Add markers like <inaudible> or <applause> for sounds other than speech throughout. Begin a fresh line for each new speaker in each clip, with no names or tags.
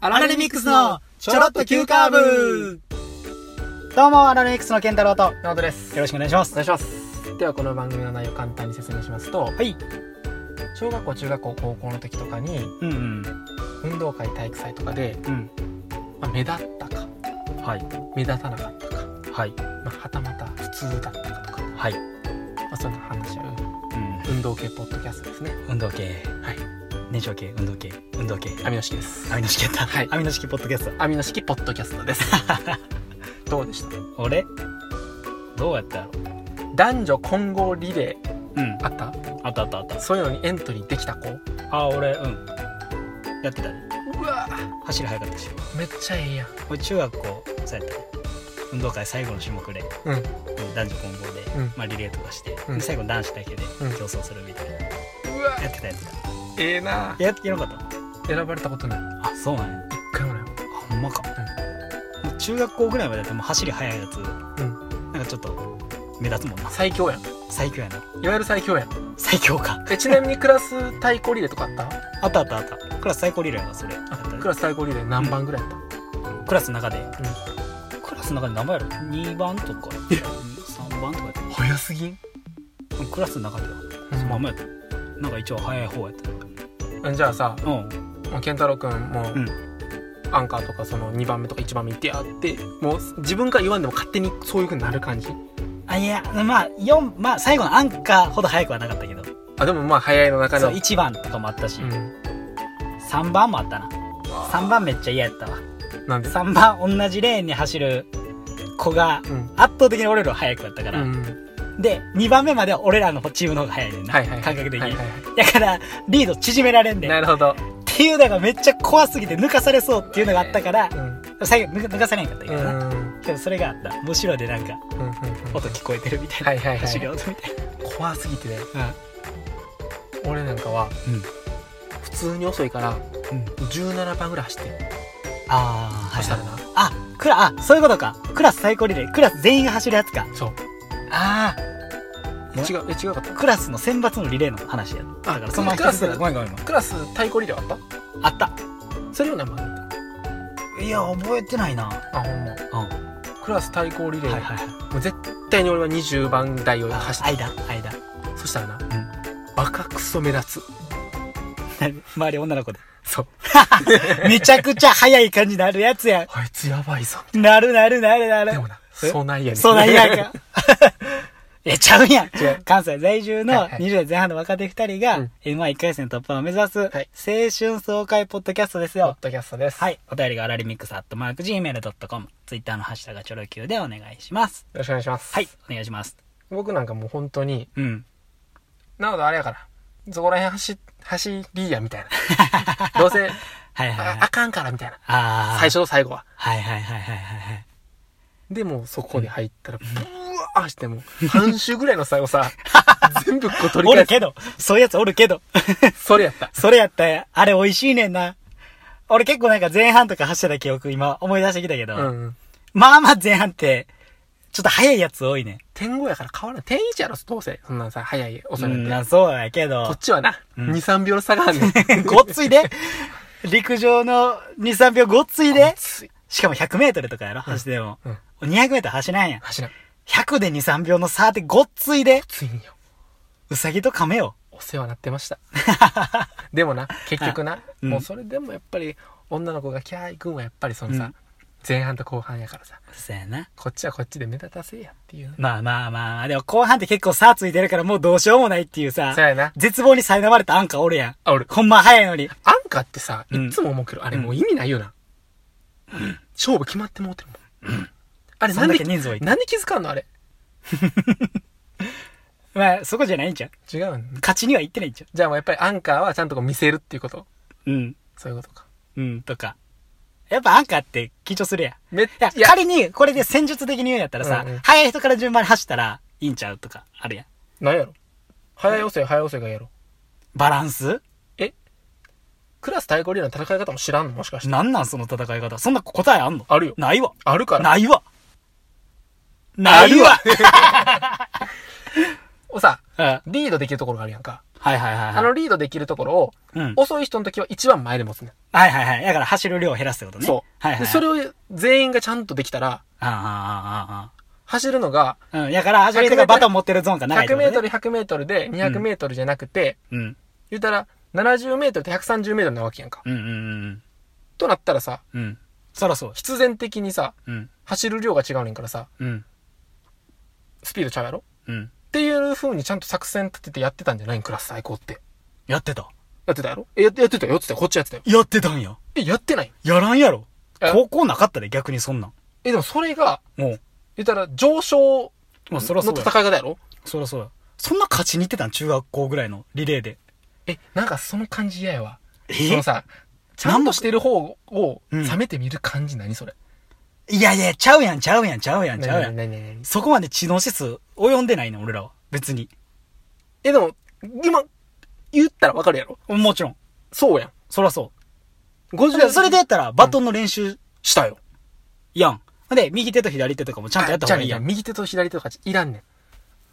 アラレミックスのちょろっと急カーブ
どうも、アラレミックスの健太郎と、よ
なおとです
ろしくお願いしま
お
す。
願いしますではこの番組の内容を簡単に説明しますと
はい。
小学校中学校高校の時とかに
うんうん。
運動会体育祭とかで、
うん。
まあ、目立ったか
はい。
目立たなかったか、
はい。
まあ、はたまた普通だったかとか、
はい。
まあ、そんな話は運動系ポッドキャストですね
うん。運動系、
はい
燃焼系、運動系、運動系、
アミノ式です
アミノ式やった。
はい
アミノ式ポッドキャス
アミノ式ポッドキャストです <laughs> どうでした
ト。俺どうやったやろ
男女混合リレー
うん。
あった
あったあったあった。
そういうのにエントリーできた子う
あ、俺、うん。やってたね。
わ
走り速かったし。
めっちゃええやん
俺、中学校、そうやったね。運動会最後の種目で、
うん
うん男女混合で、
うん
まあリレーとかして、
うん
で最後男子だけで
うん
競争するみたいな、
うわ
やってたやってた
ええな
やってなかった
選ばれたことない
あそうなんや
一回もない
あほんまか、もう中学校ぐらいまでだってもう走り速いやつ、なんかちょっと目立つもんな
最強やん
最強やない
わゆる最強やん
最強か
えちなみにクラス対抗リレーとかあった
あったあったあったクラス最高リレーやなそれやったね
クラス対抗リレー何番ぐらいやった、
クラスの中で、クラスの中で何番やろ2番とか
え
3番とかやった
早すぎん、
うんクラスの中ではそのまんまやったなんか一応速い方やった
うんじゃあさ
うん
もう健太郎君もう、
うん
アンカーとかその2番目とか1番目行ってやってもう自分から言わんでも勝手にそういう風になる感じ
あいやまあ4まあ最後のアンカーほど速くはなかったけど
あでもまあ早いの中で
そう
は
1番とかもあったし、
うん
3番もあったな3番めっちゃ嫌やったわ
なんで
3番同じレーンに走る子が
うん
圧倒的に俺らより速くやったか
う
ら、
ん
で2番目までは俺らのチームの方が速いねんな、
はいはい
感覚的に、
はいはいは
だからリード縮められん
い
ねん
な
っ
るほど、
ていうのがめっちゃ怖すぎて抜かされそうっていうのがあったから
うん、うん
最後抜か抜かされへんかったけ
う
どな、
ん
けどそれがあった後ろでなんか
うんうん
音聞こえてるみたいな、
はいはいは
走
い
る音みたい
怖すぎてね
な
俺なんかは
うん、うん
普通に遅いから
うん、
17番ぐらい走ってる
ああー
そ
はい
したらな
あクラあそういうことかクラス最高リレークラス全員が走るやつか
そう
あね
違うえ違うかった
あクラスの選抜のリレーの話やだからその
クラス
ごめんごめんごめん
クラス対抗リレーあった
あった
それより何番
いや覚えてないな
あほんま
うんはい
クラス対抗リレー、
はいはい
もう絶対に俺は20番台を走って
間間
そしたらな、バカクソ目立つ
<laughs> 周り女の子で
そう
めちゃくちゃ速い感じになるやつや
あいつやばいぞ
なるなるなるな
で
る
もな
え
そうないやねん
そうな
<laughs>
んやん <laughs> かえちゃうやん
違う
関西在住
は
の
いはい
20代前半の若手2人
う
が
ん
m 1 1回戦突破を目指す青
い
春爽快ポッドキャストです
ポッ
よ
ドキャストです、
は
よ
い。お便りがアラリミックスアットマーク Gmail.com。ツイッターのハッシュタグはチョロ Q でお願いします。
ろしくお願いします
はい。お願いします。
僕なんかもう本当に
うん。
なのであれやからそこら辺走走りやみたいな <laughs> どうせ
はいはいは
あ
い。
あかんからみたいな
ああ。
最。初と最後は
はいはいはいはいはいはい。
でもうそこに入ったらブワーしてもう半周ぐらいの最後
<laughs>
さ全部こう取り
おる
返
けど、そういうやつおるけど。 <laughs>
すそれやった
それやったら、あれ美味しいねんな。俺結構なんか前半とか走ってた記憶今思い出してきたけど、
うん
まあまあ前半って、ちょっと早いやつ多いね。
点5やから変わらない点1やろどうせそんなんさ早い遅
う
いなんて
ん、なそうやけ
こ
ど
っ、ちはな、
うん
23秒の差があんねん
<laughs> ごっついで、陸上の2、3秒ごっついで、
つい
しかも100メートルとかやろ走っても。
うん
200メートル走らんやん。
走らん
100で2、3秒の差ってごっついで、
ついによ
うさぎと亀よ。
お世話なってましたでもな結局な、
うん
もうそれでもやっぱり女の子がキャーイ君はやっぱりそのさ、
うん
前半と後半やからさ
そうやな。
こっちはこっちで目立たせやっていうね
まあまあまあ、でも後半って結構差ついてるからもうどうしようもないっていうさ
そう、やな
絶望に苛まれたアンカーおるやん。
あ俺
ほんま早いのに。
アンカーってさ、
うん
いつも思うけど、あれもう意味ないよな。勝負決まってもうてるもん。あれ
そ
なんん
だ
で
け、人数多いって。
なんで気づかんのあれ。
まあそこじゃないんちゃう
違うん
勝ちにはいってないんちゃ
じゃあもうやっぱりアンカーはちゃんとこう見せるっていうこと。
ううん。
そういうことか。
うん、とか。やっぱアンカーって緊張するやん。
めっ
いや、
いや
仮にこれで戦術的に言うんやったらさ、
うんうん
早い人から順番に走ったらいいんちゃうとか、あるやん。
何やろ早寄せ、早寄せがやろ。
バランス
えクラス対抗リレーの戦い方も知らんのもしかして。
なんなんその戦い方。そんな答えあんの
あるよ。
ないわ。
あるから。
ないわ。
あ
ない
る
わ。 <laughs>
おさ、
うん
リードできるところがあるやんか。
はいはいはい
あ
は
の
い。
リードできるところを、
うん。
遅い人の時は一番前で持つね。
はいはいはい。だから走る量を減らすってことね。
そう。
はいはい。
でそれ
を。
を全員がちゃんとできたら、
ああ、あ
走るのが、
あ、ああ。うん。やから、走り手がバトン持ってるゾーンが長いって
100
ことね
メートル、100メートルで200メートルじゃなくて、
うん。
言ったら、70メートルと130メートルなわけやんか。
うんうんうん
となったらさ、
うん。うん。そらそう。
必然的にさ、
うん。
走る量が違うねんからさ、
うん。
スピードちゃうやろ
う
っ
ん。
ていう風にちゃんと作戦立ててやってたんじゃないんクラス最高って。
やってた。
やってたやろえ、やってやってたよ。やってたよ。こっちやってたよ。
やってたんや。
え、やってない
やらんやろ。
え
高校なかったで、逆にそんなん。
え、でもそれが、
もう。
言ったら上昇
まあ、そらそ
の
うや。
戦い方やろ
そらそうや。そんな勝ちに行ってたん中学校ぐらいのリレーで。
え、なんかその感じ嫌やわ。
え
そのさ、ちゃんとしてる方を
うん
冷めてみる感じ何それ。
いやいや、ちゃうやん、ちゃうやん、ちゃうやん、ちゃうやん。
何何何何
そこまで知能指数及んでないねん、俺らは。別に。
え、でも、今、言ったらわかるやろ
もちろん。
そうやん。
そらそ
50
う。でそれでやったら、バトンの練習
したよ。
やん。ほんで、右手と左手とかもちゃんとやった方がいい
じゃ
や
あ
ん。
ね右手と左手とかいらんねん。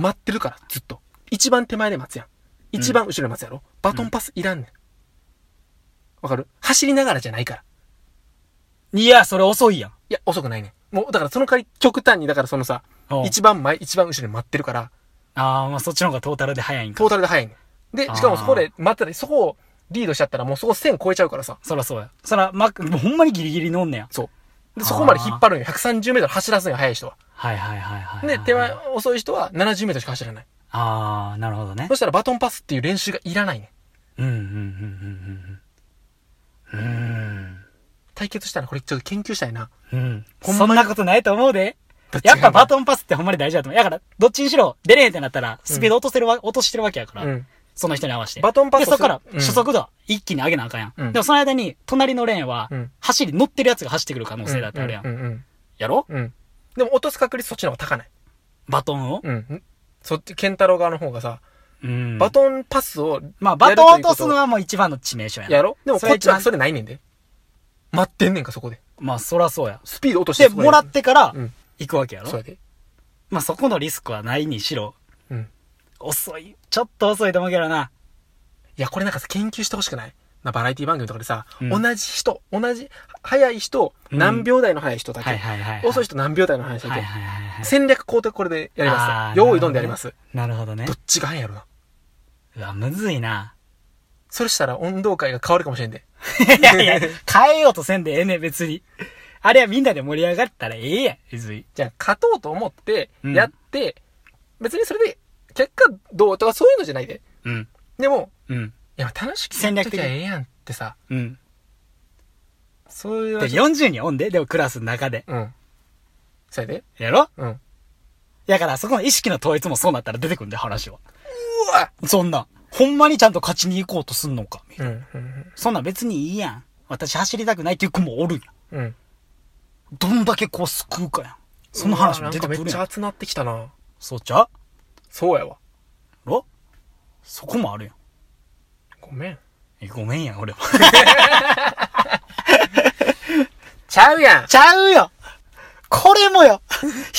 待ってるから、ずっと。一番手前で待つやん。一番後ろで待つやろ。バトンパスいらんねん。わかる走りながらじゃないから。
いや、それ遅いやん。
いや、遅くないねん。もう、だからその代わり極端に、だからそのさ、
おう
一番前、一番後ろで待ってるから、
ああ、まあそっちの方がトータルで早いんか。
トータルで早いねん。で、しかもそこで待ってたり、そこをリードしちゃったらもうそこ1000超えちゃうからさ。
そらそうや。そら、ま、もうほんまにギリギリ乗んねや。
そう。で、そこまで引っ張るんよ。130メートル走らすんよ、速い人は。
はいはいはいはいはい。
で、手前遅い人は70メートルしか走らない。
ああ、なるほどね
そ。したらバトンパスっていう練習がいらないねん。
うん、うん、うん、うん、うん。
対決したらこれちょっと研究したいな。
うん。うん。
ほんまに
そんなことないと思うで。
どっちが
やっぱバトンパスってほんまに大事だと思う。だから、どっちにしろ出れへんってなったら、スピード落とせるわ、落としてるわけやから、
うん
その人に合わせて。
バトンパス
で、そこから、
うん
初速度は一気に上げなあかんやん。
うん
でもその間に、隣のレーンは
うん、
走り、乗ってるやつが走ってくる可能性だってあるやん。
うんうん
やろ
うんうん。でも落とす確率そっちの方が高ない。
バトンを、
うん。そっち、ケンタロウ側の方がさ、
うん
バトンパスを、
まあ、バトン落とすのはもう一番の致命傷やな
やろでもこっちは
そ
そ
れ
れないねんで。待ってんねんか、そこで。
まあ、そらそうや。
スピード落として
で、もらっ。てから
うん、
行くわけやろ、
そうやで。
まあ、そこのリスクはないにしろ、
うん。い
遅い。ちょっと遅いと思うけどな。
や、これなんかさ、研究してほしくないな、バラエティ番組とかでさ、
うん
同じ人、同じ、速い人、何秒台の速い人だけ。
はいはいはいはい。
遅い人何秒台の速い人だ
は
け。
いはいはいはい。
戦略工程これでやり
あ
ま
ー
す。用意どんでやります。。
なるほどね。な
ど
るほど
っ
ね
ちが早いんやろな。
うわ、むずいな。 <laughs>
それしたら運動会が変わるかもしれんで。
いやいや、変えようとせんでええねん、別に。あれはみんなで盛り上がったらええやん、別に。
じゃあ、勝とうと思って、
うん
やって、別にそれで、結果どうとかそういうのじゃないで。
うん。
でも、
うん。
いや、楽しく
戦略的
やっときゃええやんってさ、
うん。
そういう
で、
のじゃ。
40人おんで、でもクラスの中で。
うん。それで
やろ
うん。う
だから、そこの意識の統一もそうなったら出てくるんだよ、話は。
わ
そんな。ほんまにちゃんと勝ちに行こうとすんのか。
うん、うん、
そんなん別にいいやん。私走りたくないっていう子もおるやん。
うんうん。
どんだけこう救うかやん。その話も出てく
うわなんかめっ
る
ち
や
ゃ
ん。
熱なってきたな。
そうちゃう
そうやわ。
ろそこもあるやん
ごめん。。
えごめんやん、俺も。
ちゃう <laughs> やん
ちゃうよこれもよ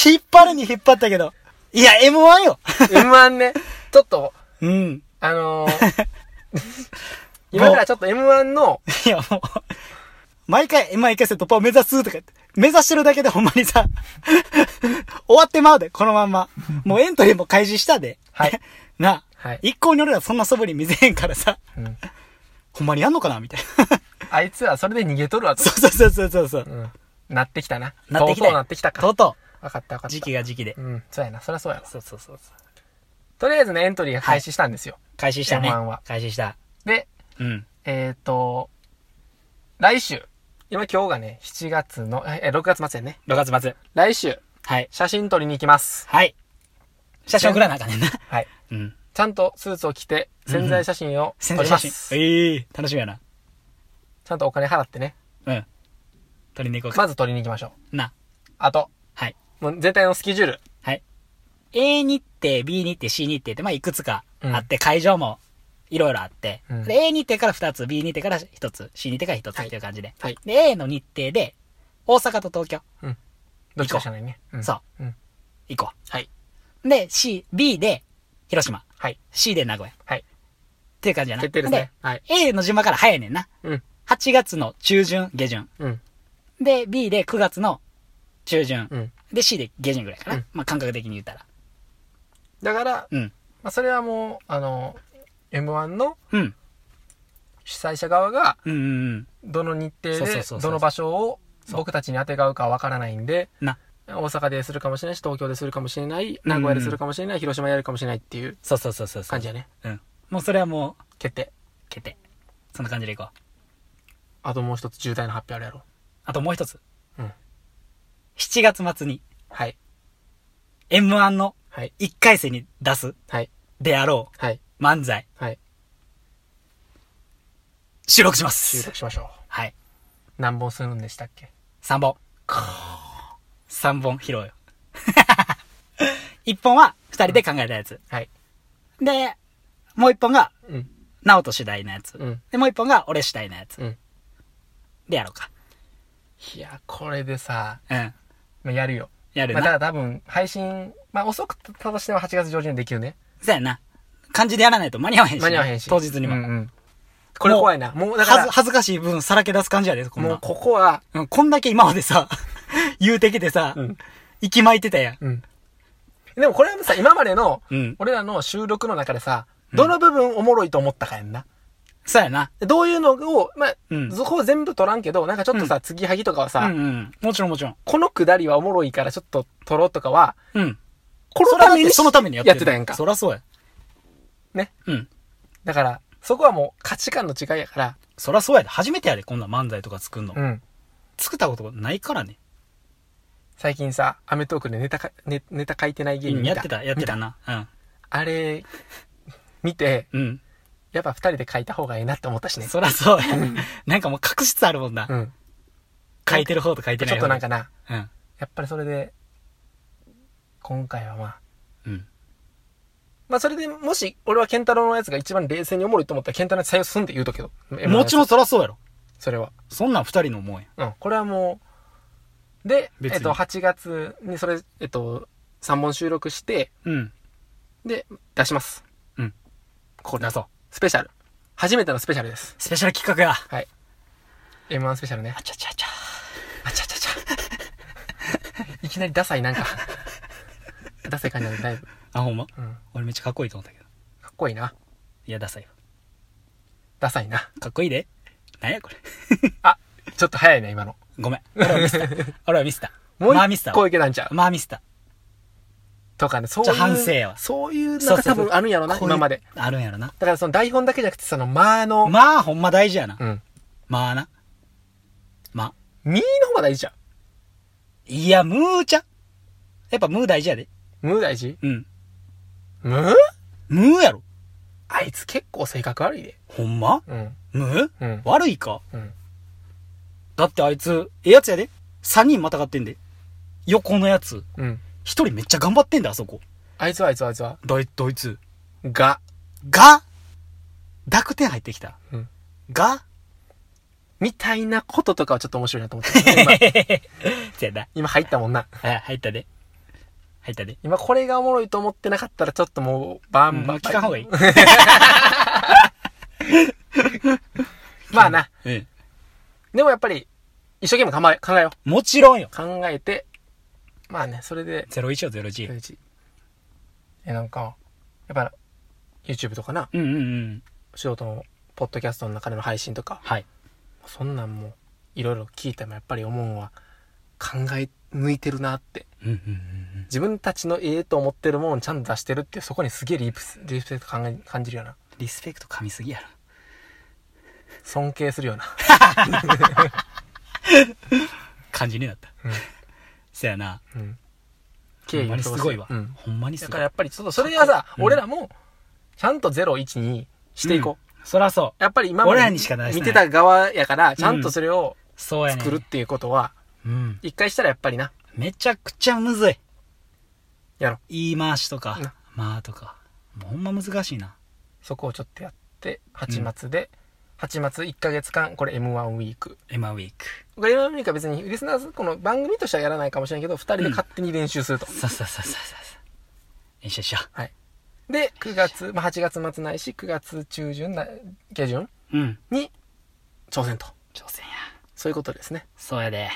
引っ張るに引っ張ったけど。いや、M1 よ
!M1 ね。ちょっと、
うん。
あのー、
<laughs>
今からちょっと M1 の、
いや、もう、毎回、毎回それ突破を目指すとか言って、目指してるだけでほんまにさ、終わってまうで、このまんま。もうエントリーも開示したで。
はい。
<laughs> な、
はい
一向に俺らそんな素振り見せへんからさ、
うん
ほんまにやんのかなみたいな。
あいつはそれで逃げとるわと。
そうそうそうそうそうそう。
うん。なってきたな。
なってきた
とうとう
よ
なってきたか。
とうと
わかったわかった。
う、時期が時期で。
うん。そうやな。そりゃそうやわ。
そうそうそうそう。
とりあえずね、エントリーが開始したんですよ。
開始したね
M1 は。
開始した。
で、
うん。
えっ、ー、と、来週。今今日がね、7月の、え、6月末やね。
6月末。
来週、
はい。
写真撮りに行きます。
はい。写真送らなあかんねんな。
はい。
うん。
ちゃんとスーツを着て、潜在写真を撮
宣
り
写
ま
真。
す。
ええ楽しみやな。
ちゃんとお金払ってね。
うん。撮りに行こうか。
まず撮りに行きましょう。
な。
あと、
はい。
もう全体のスケジュール。
はい。A 日程、B 日程、C 日程って、まあ、いくつかあって、会場もいろいろあって、
うん
で A 日程から2つ、B 日程から1つ、C 日程から1つっていう感じで。
はい。
で、A の日程で、大阪と東京
どっちかしかないね。うん
そ
うん。
行こ
はい。
う。で、C、B で広島、
はい。
C で名古屋。
はい。
っていう感じやな。
決定ですね。はい。
A の順番から早いねんな。
うん。
8月の中旬、下旬。
うん。
で、B で9月の中旬。
うん。
で、C で下旬ぐらいかな。
うん
まあ、感覚的に言ったら。
だから、
うん。
まあ、それはもう、あの、M1 の
うん。
主催者側が、
うんうんうん。
どの日程
そうそうそう
で
そう、
どの場所を僕たちにあてがうかわからないんで、
な。
大阪でするかもしれないし、東京でするかもしれない、名古屋でするかもしれない、広島でやるかもしれないっていう
そうそうそうそうそう。
感じやね。
うん。もうそれはもう、
決定。
決定。そんな感じでいこう。
あともう一つ重大な発表あるやろ。
あともう一つ。
うん。
7月末に
はい。
M1 の
はい。
1回戦に出す
はい。
であろ
はい。
う漫才、
はい。
収録しま
収
す。
録しましょう。
はい。
何本するんでしたっけ
3本。3本披露よ。1本は2人で考えたやつ。
はい。
で、もう1本が、
うん。
ナオと主題のやつ。
うん。
で、もう1本が俺主題のやつ。
うん。
でやろうか。
いや、これでさ、
うん。
まあ、やるよ。
やる
まあ、だか
な。
ら多分、配信、まあ、遅くたとしても8月上旬にできるね。
そうやな。感じでやらないと間に合わへんし。
間に合わへんし。
当日に
う
も。
んうん。これ怖いな。もう、だか
はず恥ずかしい分さらけ出す感じやで、こ
ら、
ん
も
な
う。ここは、
うん、こんだけ今までさ、 <laughs> 言うてきてさ、
うん
息巻いてたやん。
うん。でもこれはさ、今までの
うん、
俺らの収録の中でさ、どの部分おもろいと思ったかやんな。
そうやな。
どういうのを、まあ、
うん
そこを全部取らんけど、なんかちょっとさ、継ぎはぎとかは
う
さ
ん、うん。もちろんもちろん。
このくだりはおもろいからちょっと取ろうとかは、
うん。
この
そら
た
だっ
めに
てそのためにやって
やっ
る
てたやんか
そ。らそうや。
ね。
うん。
だから、そこはもう価値観の違いやから、
そらそうやで。初めてやで、こんな漫才とか作んの。
うん。
作ったことないからね。
最近さ、アメトークでネタか、ネネタ書いてない芸人見
やってた、やってたな。
あれ、見て、
うん。うん。
やっぱ二人で書いた方がええなって思ったしね。
そらそうや。なんかもう確執あるもんな
う。ん。
書いてる方と書いて
ち
な
ょ
い
っ
方
と
で。
なんかな、
うん。
やっぱりそれで、今回はまあ、
うん。
まあそれでもし、俺はケンタロウのやつが一番冷静におもろいと思ったらケンタロウのやつ採用すんで言うとくけど。
もちろ
ん。
んそらそうやろ。
それは。
そんなん二人の思い。
うん。これはもう、で、
別に
えっと、8月にそれ、えっと、3本収録して、
うん。
で、出します。
うん。
これ
出そう。
スペシャル。初めてのスペシャルです。
スペシャル企画や。
はい。M1 スペシャルね
あ。ちゃちゃちゃ。
あちゃちゃち <laughs> ゃ。いきなりダサい、なんか。ダサい感じなんで、だいぶ。
あ、ほんま
うん。
俺めっちゃかっこいいと思ったけど。
かっこいいな。
いや、ダサいわ。
ダサいな。
かっこいいで。なんやこれ。
あ、ちょっと早いね、今の。
ご
<laughs>
めん。俺はミスった。俺はミスった。
もう
まあミスっ
一
た
個
わ。
いけたんちゃう
まあミスった。
とかね、そういう。
じゃあ反省やわ
そういう、な
そ
ん
う
か
そう
多
そう
分あるんやろな、
こういう
今まで。
あるんやろな。
だからその台本だけじゃなくて、その間の、
まあ、ほんま大事やな。
うん。
まあな。まあ。
ミーの方が大事じゃん。
いや、ムーちゃん。やっぱムー大事やで。
ムー大事
うん。
ムー
ムーやろ。
あいつ結構性格悪いで。
ほんま
うん。
ムー、
うん
悪いか
うん。
だってあいつ、ええやつやで。三人またがってんで。横のやつ。
うん。
一人めっちゃ頑張ってんだ、あそこ。
あいつはあいつはあいつは。
だい、どいつ。
が。
が、濁点入ってきた。
うん
が、
みたいなこととかはちょっと面白いなと思
<laughs>
ってた。今、
<laughs> せやな。
今入ったもんな。
あ入ったで。入ったで。
今これがおもろいと思ってなかったら、ちょっともう、バン
ま
バ
あ、
ン。
聞かんほうがいい。
まあな。
うん。
でもやっぱり、一生懸命考え、考えよう。
もちろんよ。
考えて、まあね、それで、
01を01。
え、なんか、やっぱ、YouTube とかな、
うんうんうん。
素人のポッドキャストの中での配信とか、
はい。
そんなんも、いろいろ聞いてもやっぱり思うのは、考え抜いてるなって。
うんうんうん
自分たちのええと思ってるもんをちゃんと出してるっていう、そこにすげえリープス、リープセット考え、感じるよな。
リスペクト噛みすぎやろ。
尊敬するよな。
感じになった。
うん
<laughs> せやな。
うん。
ほんまにすごいわ。
うん。
ほんまにす
だ
ご
か
い。
らやっぱり、ちょっとそれはさ、
うん
俺らも、ちゃんと0、1にしていこう。
うんそらそう。
やっぱり今ま
俺らにしかな
で
いで
す
ね
見てた側やから、ちゃんとそれを
そうやね。
作るっていうことは、
うん。
一回したらやっぱりな、
めちゃくちゃむずい。
やろう。
言い回しとか
な、
まあとか。もうほんま難しいな。
そこをちょっとやって、8月で、8月1ヶ月間、これ M1 ウィーク。
エマウィーク。
これ M1 ウィークは別に、リスナーズ、この番組としてはやらないかもしれないけど、2人で勝手に練習すると。
ささささささ。よいしょよいしょ。
はい。で、9月、まあ、8月末ないし、9月中旬な、下旬
うん。
に挑戦と。
挑戦や。
そういうことですね。
そうやで。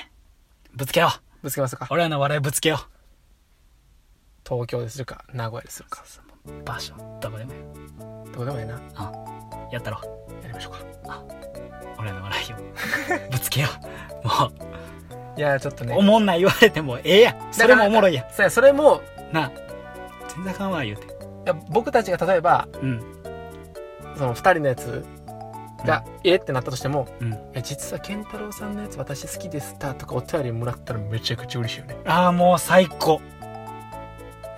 ぶつけよう。
ぶつけますか。
俺らの笑いぶつけよ
東京でするか、名古屋でするか。
う。場所、どこでもよ
どこでもいいな。
やったろ。
やりましょうか。
俺らの笑いを。
<laughs>
ぶつけよう。も
いやー、ちょっと
う、
ね。
おもんない言われてもええやん。それもおもろいやん。
そうや、それも、
なあ。全然あかんわ、言うて。
いや僕たちが例えば、
うん。
その2人のやつが、えってなったとしても、
うん。
え実は健太郎さんのやつ私好きでしたとかお便りもらったらめちゃくちゃ嬉しいよね。
ああ、もう最高。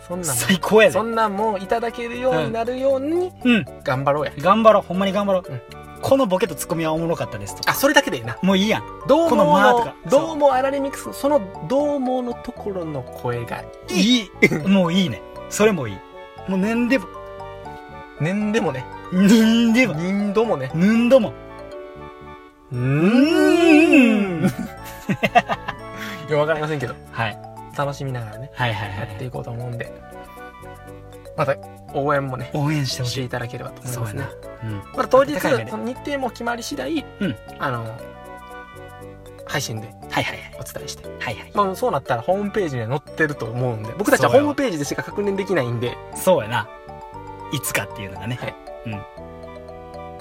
そんなんも
最高やで
そ。んなんもいただけるようになるように
うん。
頑張ろうや。
頑張ろう。ほんまに頑張ろう。
うん
このボケとツッコミはおもろかったですとか。
あ、それだけでいいな。
もういいやん。
どう
この
も
まあとか
の、どうもあられミックス、そのどうものところの声が、
いい。もういいね。それもいい。もう年でも、
年でもね、
年でも、
人度もね、
年度も。
う
ーん
いや、わかりませんけど、
はい。
楽しみながらね、
はいはいは
やって
い。
いこうと思うんで、また応援もね、
応援してほ
し
してい。
いただければと思い
そう
ま
や
すね
な。。うん。
まあ、当日、
高い目で
その日程も決まり次第、
うん
あの、配信で
はいはいはい。
お伝えして。
はいはい。
まあ、そうなったらホームページには載ってると思うんで、僕たちは
そ
ホ
うよ
ームページでしか確認できないんで、
そうやな。いつかっていうのがね。
はいま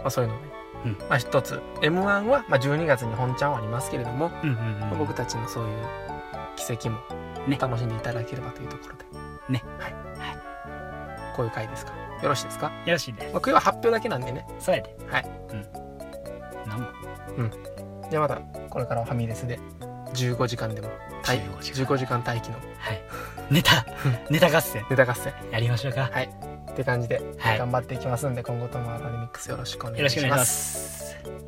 あ、そういうので、
うん
まあ、一つ、M1 は、まあ、12月に本ちゃんはありますけれども、
うんうん
まあ
うん。
僕たちのそういう奇跡も
ね
楽しんでいただければというところで。
ね
はい。こういう回ですか。よろしいですか。
よろしいね。
まあ、今日は発表だけなんでね。
そうやで。
はい。
うん。なんも。
じゃあまた、これからはファミレスで、15時間でも、待
15時間
15時間待機の <laughs>
はい。ネタ、ネタ合戦、
ネタ合戦。
やりましょうか。
って感じで
はい
頑張っていきますんで、今後ともアラレミックスよろしくお
よ
願
ろ
い
しくお
し
願いし
ま。
ますす。